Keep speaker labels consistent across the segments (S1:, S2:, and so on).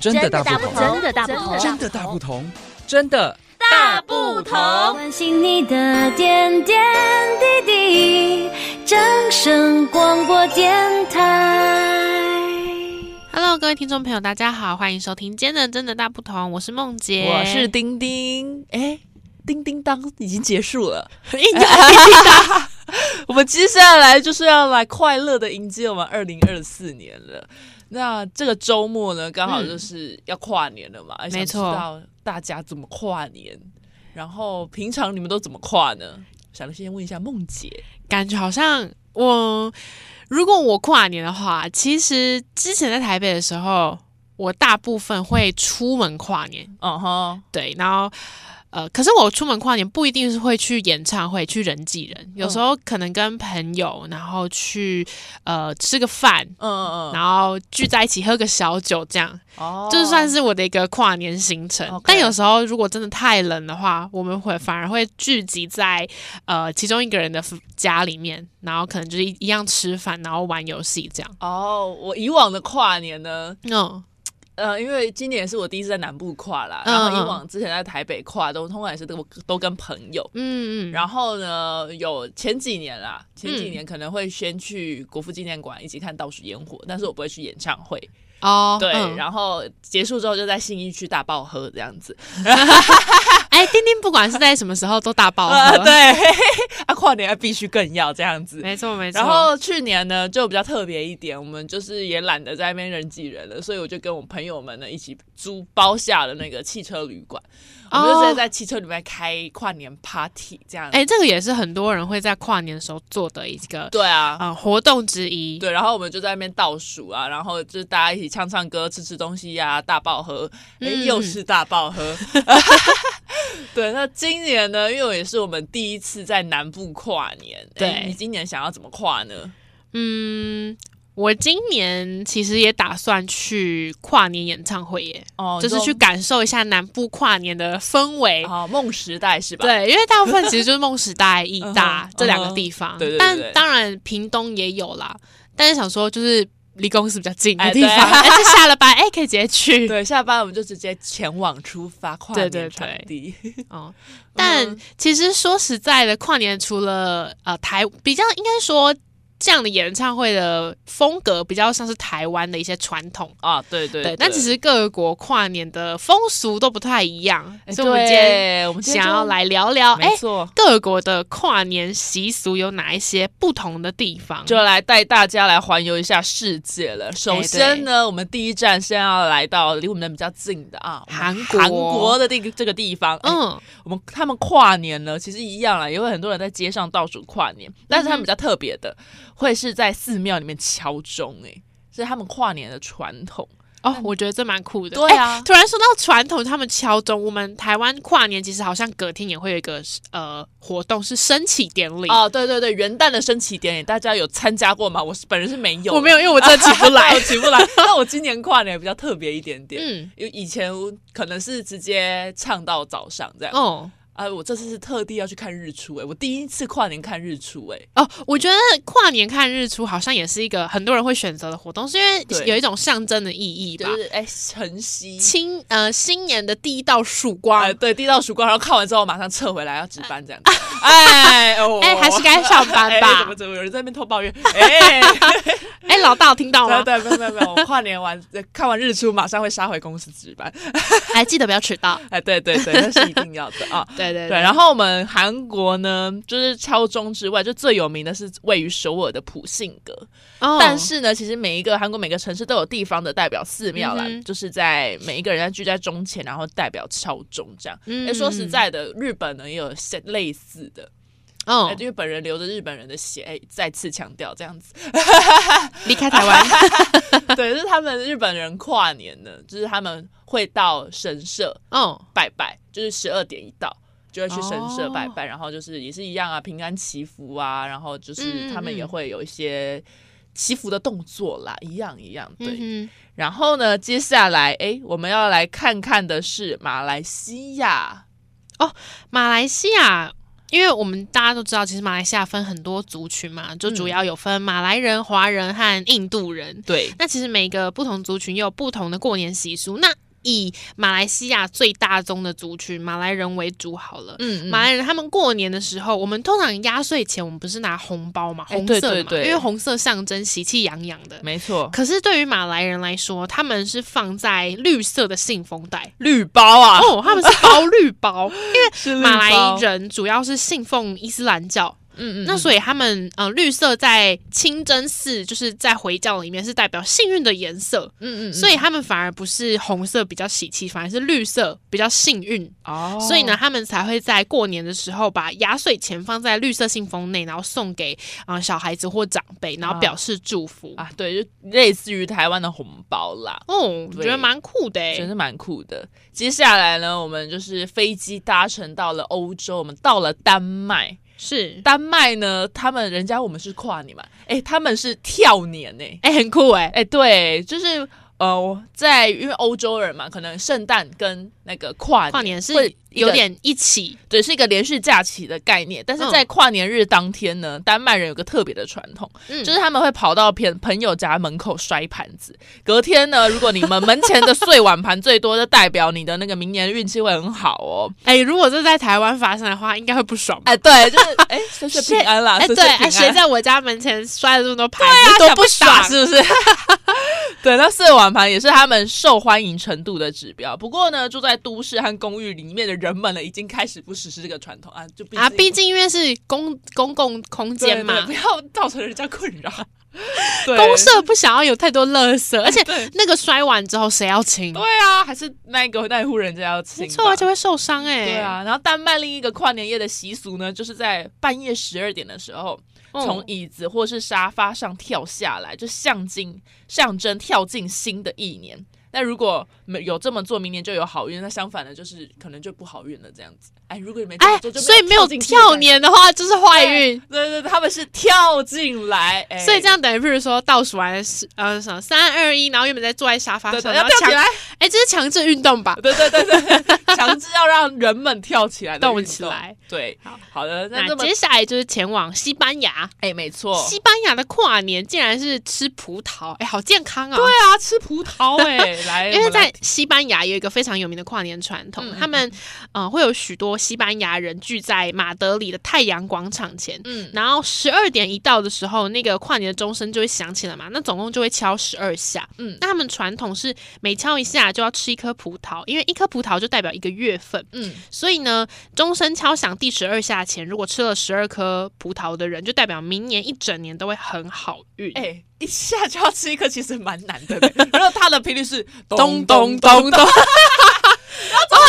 S1: 真的大
S2: 大
S1: 不
S2: 不
S1: 同，
S2: 同，的大
S1: 真
S2: 真
S1: 的
S2: 的
S1: 大不同，真的
S2: 大不同。
S3: 关心你的点点滴滴，掌声广播电台。
S4: Hello，各位听众朋友，大家好，欢迎收听《今天的真的大不同》，我是梦洁，
S5: 我是丁丁，哎，叮叮当已经结束了， 我们接下来就是要来快乐的迎接我们二零二四年了。那这个周末呢，刚好就是要跨年了嘛，想
S4: 没
S5: 知
S4: 错
S5: 道大家怎么跨年，然后平常你们都怎么跨呢？想先问一下梦姐，
S4: 感觉好像我如果我跨年的话，其实之前在台北的时候，我大部分会出门跨年，
S5: 嗯哼，
S4: 对，然后。呃，可是我出门跨年不一定是会去演唱会、去人挤人，有时
S5: 嗯
S4: 候可能跟朋友，然后去呃吃个饭，
S5: 嗯嗯嗯，
S4: 然后聚在一起喝个小酒，这样
S5: 哦
S4: 就算是我的一个跨年行程。
S5: OK
S4: 但有时候如果真的太冷的话，我们会反而会聚集在呃其中一个人的家里面，然后可能就是一一样吃饭，然后玩游戏这样。
S5: 哦，我以往的跨年呢，
S4: 嗯，
S5: 呃，因为今年是我第一次在南部跨啦，
S4: 嗯
S5: 然后以
S4: 嗯
S5: 往之前在台北跨都通常也是都都跟朋友，
S4: 嗯嗯，
S5: 然后呢，有前几年啦，前几
S4: 嗯
S5: 年可能会先去国父纪念馆一起看倒数烟火，但是我不会去演唱会。
S4: 哦，
S5: 对，
S4: 嗯
S5: 然后结束之后就在信义区大爆喝这样子。
S4: 哎，丁丁不管是在什么时候都大 爆
S5: 啊，
S4: 喝，，
S5: 对，啊，跨年还必须更要这样子。
S4: 没错没错。
S5: 然后去年呢就比较特别一点，我们就是也懒得在那边人挤人了，所以我就跟我朋友们呢一起租包下了那个汽车旅馆，我们就直接
S4: 哦
S5: 在汽车里面开跨年 party 这样子。
S4: 哎，这个也是很多人会在跨年的时候做的一个
S5: 对啊，
S4: 呃活动之一。
S5: 对，然后我们就在那边倒数啊，然后就是大家一起唱唱歌、吃吃东西呀、大爆喝，哎，
S4: 嗯
S5: 又是大爆 喝。对，那今年呢，因为我也是我们第一次在南部跨年，诶
S4: 对
S5: 你今年想要怎么跨呢？
S4: 嗯，我今年其实也打算去跨年演唱会耶，
S5: 哦
S4: 就是去感受一下南部跨年的氛围。
S5: 哦梦时代是吧？，
S4: 对，因为大部分其实就是梦时代、义大
S5: 嗯哼
S4: 这两个地方，
S5: 嗯哼对对对对
S4: 但当然屏东也有啦，但是想说就是离公司比较近的
S5: 哎
S4: 地
S5: 对
S4: 方，而且下了班哎可以直接 去。
S5: 对，下班我们就直接前往出发跨
S4: 对
S5: 年
S4: 对
S5: 场地。
S4: 哦，
S5: 嗯
S4: 但其实说实在的，跨年除了呃台比较，应该说这样的演唱会的风格比较像是台湾的一些传统。
S5: 啊，对对
S4: 对，但其实各国跨年的风俗都不太一样，
S5: 哎
S4: 所以我们今天
S5: 对我们今天
S4: 想要
S5: 就，
S4: 来聊聊，哎
S5: 没，错。
S4: 各国的跨年习俗有哪一些不同的地方？
S5: 就来带大家来环游一下世界了。首先呢，我们第一站先要来到离我们比较近的啊，我们
S4: 韩国
S5: 韩国的这个这个地方。嗯，
S4: 嗯，
S5: 我们他们跨年呢，其实一样啊，也有很多人在街上倒数跨
S4: 嗯
S5: 年，但是他们比较特别的，会是在寺庙里面敲钟、欸，哎，是他们跨年的传统。
S4: 哦，我觉得这蛮酷的。
S5: 对啊
S4: 哎突然说到传统，他们敲钟，我们台湾跨年其实好像隔天也会有一个呃活动是升旗典礼。
S5: 哦，对对对，元旦的升旗典礼，大家有参加过吗？我是本人是没有，啊
S4: 我没有，因为我真的起不 来
S5: 我。起不来。那我今年跨年比较特别一点点，
S4: 嗯，
S5: 因为以前可能是直接唱到早上这样。
S4: 哦
S5: 啊，我这次是特地要去看日出、欸，我第一次跨年看日出、欸，
S4: 哦，我觉得跨年看日出好像也是一个很多人会选择的活动，是因为
S5: 对
S4: 有一种象征的意义吧。
S5: 就是哎、晨曦。
S4: 新呃新年的第一道曙光，
S5: 啊，
S4: 哎、
S5: 对，地道曙光，然后看完之后马上撤回来要值班这 样子，哎，哦
S4: 还是该上班
S5: 哎怎
S4: 吧
S5: 么？怎么有人在那边偷抱怨？ 哎，
S4: 哎、老大有听到
S5: 对
S4: 吗？
S5: 对，没有没有没有，我跨年完呃看完日出，马上会杀回公司值班。
S4: 哎，记得不要迟到。
S5: 哎，对对对，那是一定要的啊。
S4: 对 对
S5: 对，然后我们韩国呢，就是敲钟之外，就最有名的是位于首尔的普信阁。
S4: 哦
S5: 但是呢，其实每一个韩国每个城市都有地方的代表寺庙啦，
S4: 嗯哼
S5: 就是在每一个人在聚在钟前，然后代表敲钟这样。哎、
S4: 嗯
S5: 说实，在的，日本呢也有像类似的，
S4: 嗯
S5: 哎
S4: 嗯，
S5: 因为本人流着日本人的血，哎，再次强调这样子。
S4: 离开台
S5: 哦
S4: 湾，
S5: 对，就是他们日本人跨年呢，就是他们会到神社
S4: 嗯
S5: 拜拜，就是十二点一到。就会去神社
S4: 哦
S5: 拜拜然后就是也是一样啊，平安祈福啊，然后就是他们
S4: 嗯嗯
S5: 也
S4: 嗯
S5: 会有一些祈福的动作啦，一样一样。对，
S4: 嗯
S5: 然后呢，接下来诶，我们要来看看的是马来西亚。
S4: 哼，马来西亚。因为我们大家都知道，其实马来西亚分很多族群嘛，
S5: 嗯
S4: 就主要有分马来人、华人和印度人。
S5: 对，
S4: 那其实每个不同族群也有不同的过年习俗。那以马来西亚最大宗的族群马来人为主好了。
S5: 嗯
S4: 马来人他们过年的时候，我们通常压岁钱，我们不是拿红包嘛，
S5: 哎
S4: 红色的嘛，
S5: 对对对
S4: 因为红色象征喜气洋洋的。
S5: 没错，
S4: 可是对于马来人来说，他们是放在绿色的信封袋
S5: 绿包啊，
S4: 哦，他们是 包绿包。
S5: 是
S4: 马来，人主要是信奉伊斯兰教，
S5: 嗯嗯，
S4: 那所以他们呃绿色在清真寺就是在回教里面是代表幸运的颜色，
S5: 嗯嗯，
S4: 所以他们反而不是红色比较喜气，反而是绿色比较幸运。
S5: 哦，
S4: 所以呢，，他们才会在过年的时候把压岁钱放在绿色信封内，然后送给啊、呃小孩子或长辈，然后表示祝福。
S5: 啊，对，就类似于台湾的红包啦。
S4: 哦，我觉
S5: 对
S4: 得蛮酷的欸诶
S5: 真是蛮酷的。接下来呢，我们就是飞机搭乘到了欧洲，我们到了丹麦。
S4: 是
S5: 丹麦呢，他们人家我们是跨年嘛，哎、他们是跳年呢、
S4: 哎、很酷哎、
S5: 哎、对，就是呃，在因为欧洲人嘛，可能圣诞跟那个跨年
S4: 跨年是
S5: 会一个
S4: 有点一起
S5: 对，是一个连续假期的概念。但是
S4: 嗯
S5: 在跨年日当天呢，丹麦人有个特别的传统，
S4: 嗯
S5: 就是他们会跑到朋朋友家门口摔盘子。隔天呢，如果你们门前的碎碗盘最多，就代表你的那个明年运气会很好哦。
S4: 哎、如果这在台湾发生的话，应该会不爽吧。
S5: 哎，对，就是 哎，岁岁平安啦，
S4: 哎、
S5: 岁
S4: 对，
S5: 岁
S4: 哎、
S5: 平
S4: 谁
S5: 安。
S4: 在我家门前摔了这么多牌
S5: 大家
S4: 子，多
S5: 啊想不
S4: 爽
S5: 爽是不是？ 对，那碎碗盘也是他们受欢迎程度的指标。不过呢，住在都市和公寓里面的人们呢，已经开始不实施这个传统啊，就
S4: 啊！毕竟因为是公公共空
S5: 对
S4: 间
S5: 对，
S4: 嘛
S5: 不要造成人家困扰。对
S4: 公社不想要有太多垃圾，而且
S5: 对
S4: 那个摔完之后谁要清
S5: 对？啊，还是那一个那一户人家要请吧，
S4: 嗯没错，而且会受伤哎、
S5: 对，啊。然后丹麦另一个跨年夜的习俗呢，就是在半夜十二点的时候，
S4: 嗯
S5: 从椅子或是沙发上跳下来，就象征象征跳进新的一年。那如果没有这么做，明年就有好运；那相反的，就是可能就不好运了。这样子，哎，如果你没这
S4: 哎
S5: 么做，就，
S4: 所以没有
S5: 进去
S4: 跳
S5: 的
S4: 年的话就是坏
S5: 感觉
S4: 运。。
S5: 对对对，他们是跳进来，哎
S4: 所以这样等于，譬如说倒数完是呃什么三二一，然后原本在坐在沙发
S5: 对
S4: 上，
S5: 对要
S4: 然后
S5: 跳
S4: 强
S5: 起来，
S4: 哎，这是强制运动吧？
S5: 对对对对，强制要让人们跳起来的
S4: 动
S5: 运
S4: 起来。
S5: 对，
S4: 好
S5: 好的，那
S4: 那
S5: 这么
S4: 接下来就是前往西班牙，
S5: 哎，没错，
S4: 西班牙的跨年竟然是吃葡萄，哎，好健康啊！
S5: 对啊，吃葡 萄哎，来，
S4: 因
S5: 我
S4: 为
S5: 们
S4: 在
S5: 来
S4: 西班牙有一个非常有名的跨年传统，
S5: 嗯嗯
S4: 他们呃会有许多西班牙人聚在马德里的太阳广场前，
S5: 嗯
S4: 然后十二点一到的时候，那个跨年的钟声就会响起来嘛，那总共就会敲十二下。
S5: 嗯
S4: 那他们传统是每敲一下就要吃一颗葡萄，因为一颗葡萄就代表一个月份，
S5: 嗯，
S4: 所以呢，钟声敲响第十二下前，如果吃了十二颗葡萄的人，就代表明年一整年都会很好运。
S5: 哎，一下就要吃一颗，其实蛮难的。 然后它的频率是
S4: 咚咚咚咚，，哦，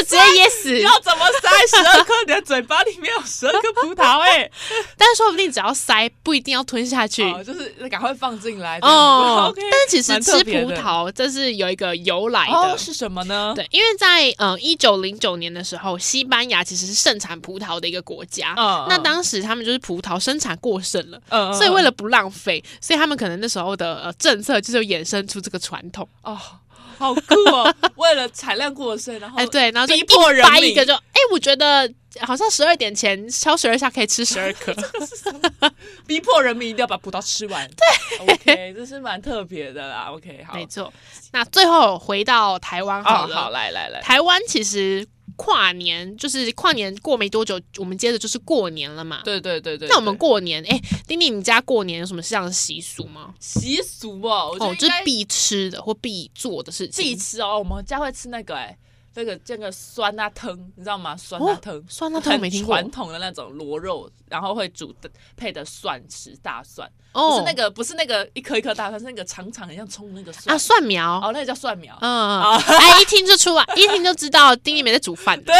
S4: 直接噎死
S5: 你！要怎么塞十二颗？你的嘴巴里面有十二颗 葡萄哎，
S4: 但是说不定只要塞，不一定要吞下去。
S5: 哦就是赶快放进来
S4: 哦
S5: ，OK。
S4: 但是其实
S5: 蛮
S4: 吃
S5: 特
S4: 葡
S5: 别的
S4: 萄这是有一个由来的。
S5: 哦是什么呢？
S4: 对，因为在呃一九零九年的时候，西班牙其实是盛产葡萄的一个国家。
S5: 嗯
S4: 那当时他们就是葡萄生产过剩了，
S5: 嗯，嗯
S4: 所以为
S5: 嗯
S4: 了不浪费，所以他们可能那时候的呃政策就是有衍生出这个传统。
S5: 哦，好酷哦！为了产量过剩，然后
S4: 哎，对，然后就
S5: 哦逼迫
S4: 一
S5: 人
S4: 掰
S5: 民
S4: 一个就哎，我觉得好像十二点前敲十二下可以吃十二颗。
S5: 逼迫人民一定要把葡萄吃完。对，OK，这是蛮特别的啦。OK，好，
S4: 没错。那最后回到台湾好
S5: 哦，
S4: 了，
S5: 好，来来来，
S4: 台湾其实跨年就是跨年过没多久，我们接着就是过年了嘛。
S5: 对对对对。
S4: 那我们
S5: 对
S4: 过年，哎、丁丁，你家过年有什么这样的习俗吗？
S5: 习俗哦，我觉
S4: 哦
S5: 得，
S4: 这
S5: 应
S4: 是
S5: 该
S4: 必吃的或必做的事情。
S5: 必吃哦。我们家会吃那个哎，那个这个酸辣汤，你知道吗？酸辣
S4: 哦
S5: 汤，，
S4: 酸辣汤我没听过
S5: 很传统的那种螺肉，然后会煮的配的蒜吃大蒜，不
S4: 哦，
S5: 是那个不是那个一颗一颗大蒜，是那个长长很像葱那个蒜
S4: 啊。蒜苗。
S5: 哦，那哦个叫蒜苗。
S4: 嗯，哎，一听就出来， 一听就知道丁丁没在煮饭。对，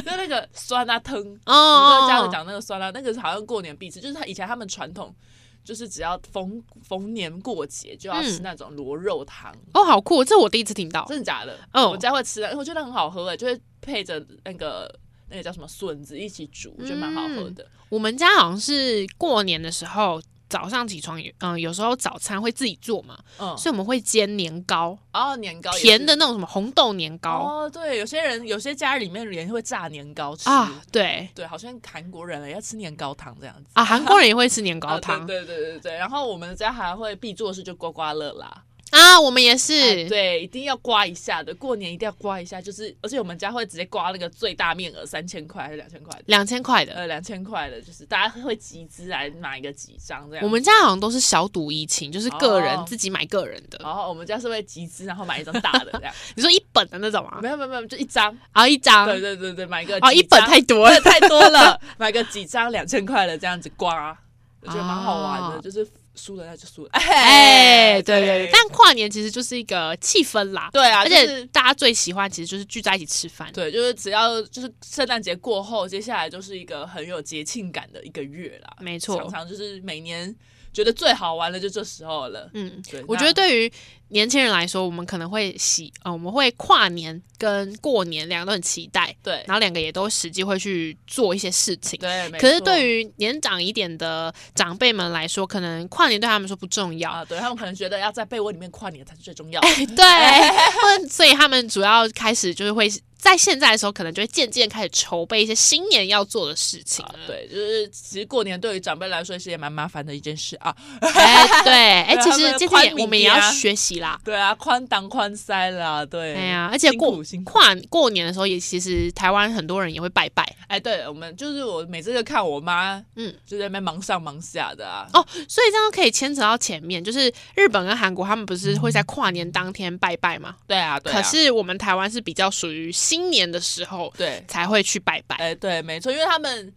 S5: 就 那个酸辣汤，
S4: 哦
S5: 我们家
S4: 哦
S5: 长，讲那个酸辣，那个好像过年必吃，就是他以前他们传统，就是只要逢逢年过节就要吃
S4: 嗯
S5: 那种螺肉汤，
S4: 哦，好酷，这我第一次听到。
S5: 真的假的？
S4: 哦
S5: 我家会吃的，我觉得很好喝欸诶，就会配着那个那个叫什么笋子一起煮，我觉得蛮好喝的。
S4: 我们家好像是过年的时候，早上起床，嗯、有时候早餐会自己做嘛，
S5: 嗯，
S4: 所以我们会煎年糕，
S5: 哦，年糕也
S4: 甜
S5: 是
S4: 的那种什么红豆年糕、
S5: 哦，对，有些人有些家里面连会炸年糕吃
S4: 啊，对
S5: 对，好像韩国人欸要吃年糕汤这样子。
S4: 啊，韩国人也会吃年糕
S5: 啊
S4: 汤啊
S5: 对对对对对，然后我们家还会必做的事就刮刮乐啦，
S4: 啊我们也
S5: 哎
S4: 是，
S5: 对，一定要刮一下的，过年一定要刮一下，就是而且我们家会直接刮那个最大面额三千块还是两千块的，
S4: 两千块的。
S5: 呃两千块的，就是大家会集资来买个几张这样。
S4: 我们家好像都是小赌怡情，就是个人、
S5: 哦
S4: 自己买个人的。
S5: 然后我们家是会集资，然后买一张大的 这样，
S4: 你说一本的那种吗？
S5: 没有没有没有，就一张，
S4: 啊，一张
S5: 对对对对，买个
S4: 哦，
S5: 几
S4: 一本
S5: 张
S4: 太 多了，
S5: 太多了，买个几张两千块的这样子刮，我觉得蛮好玩的，
S4: 哦
S5: 就是输了那就输了，
S4: 哎，对对对，但跨年其实就是一个气氛啦，
S5: 对啊，
S4: 而
S5: 就
S4: 且
S5: 是
S4: 大家最喜欢其实就是聚在一起吃饭，
S5: 对，就是只要就是圣诞节过后，接下来就是一个很有节庆感的一个月啦，
S4: 没错
S5: 常常就是每年觉得最好玩的就这时候了，
S4: 嗯
S5: 对，
S4: 我
S5: 那
S4: 觉得对于年轻人来说，我们可能会喜呃，我们会跨年跟过年两个都很期待，
S5: 对
S4: 然后两个也都实际会去做一些事情。
S5: 对，没
S4: 可是
S5: 错
S4: 对于年长一点的长辈们来说，可能跨年对他们说不重 要，
S5: 啊，对他们可能觉得要在被窝里面跨年才是最重要的，
S4: 哎对，或所以他们主要开始就是会在现在的时候，可能就会渐渐开始筹备一些新年要做的事情了。
S5: 对，就是其实过年对于长辈来说是也蛮麻烦的一件事啊，
S4: 哎，对，哎，
S5: 对
S4: 其
S5: 他们
S4: 实
S5: 的啊
S4: 这
S5: 宽
S4: 点
S5: 民
S4: 我们也要
S5: 呀
S4: 学习啦。
S5: 对啊，宽裆宽塞啦，对，
S4: 哎呀，而且
S5: 辛
S4: 过
S5: 苦辛苦
S4: 跨过年的时候，也其实台湾很多人也会拜拜
S5: 哎，对我们就是我每次就看我妈，
S4: 嗯
S5: 嗯，就在那边忙上忙下的啊。
S4: 哦，所以这样可以牵扯到前面，就是日本跟韩国他们不是会在跨年当天拜拜吗？
S5: 对啊，对啊，
S4: 可是我们台湾是比较属于新年的时候
S5: 对，
S4: 才会去拜拜。
S5: 哎，对，没错，因为他们。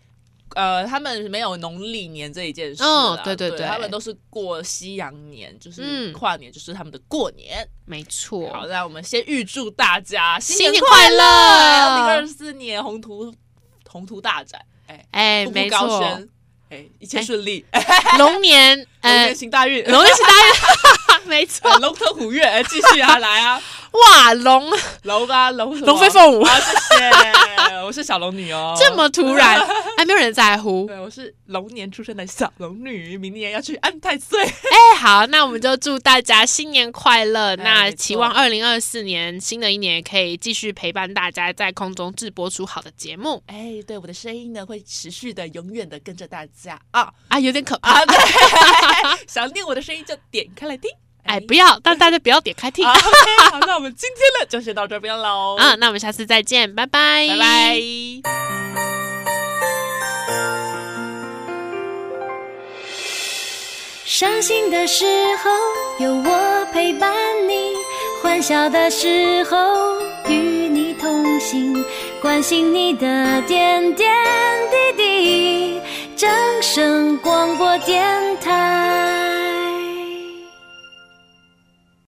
S5: 呃，他们没有农历年这一件事
S4: 嗯
S5: 啦
S4: 对对
S5: 对
S4: 对
S5: 他们都是过西洋年，就是
S4: 嗯
S5: 跨年，就是他们的过年。
S4: 没错，
S5: 好，那我们先预祝大家
S4: 新年
S5: 年
S4: 快
S5: 乐，
S4: 乐
S5: 二零二四年宏图宏图大展，哎，
S4: 哎，
S5: 步
S4: 没
S5: 步高
S4: 错，
S5: 升，哎，一切顺利，哎，
S4: 龙 年，
S5: 龙
S4: 呃
S5: 年，行大运，
S4: 龙年是大运， 没 错，
S5: 哎 龙腾虎跃，哎，继续啊，来啊，
S4: 哇，龙
S5: 龙啊，龙什么
S4: 龙飞凤舞，
S5: 啊，谢谢，我是小龙女哦。
S4: 这么 突然，还没有人在乎。
S5: 对，我是龙年出生的小龙女，明年要去安太岁。
S4: 哎，好，那我们就祝大家新年快乐。那
S5: 哎没错
S4: 期望二零二四年新的一年可以继续陪伴大家在空中制播出好的节目
S5: 哎，对，我的声音呢会持续的、永远的跟着大家啊
S4: 啊，有点可怕。
S5: 啊！对， 想念我的声音就点开来听。
S4: 哎，不要，但大家不要点开听
S5: 啊 OK，好，那我们今天呢就先到这边喽。
S4: 啊。那我们下次再见，拜拜，
S5: 拜拜。
S3: 伤心的时候有我陪伴你，欢笑的时候与你同行，关心你的点点滴滴。掌声广播电台。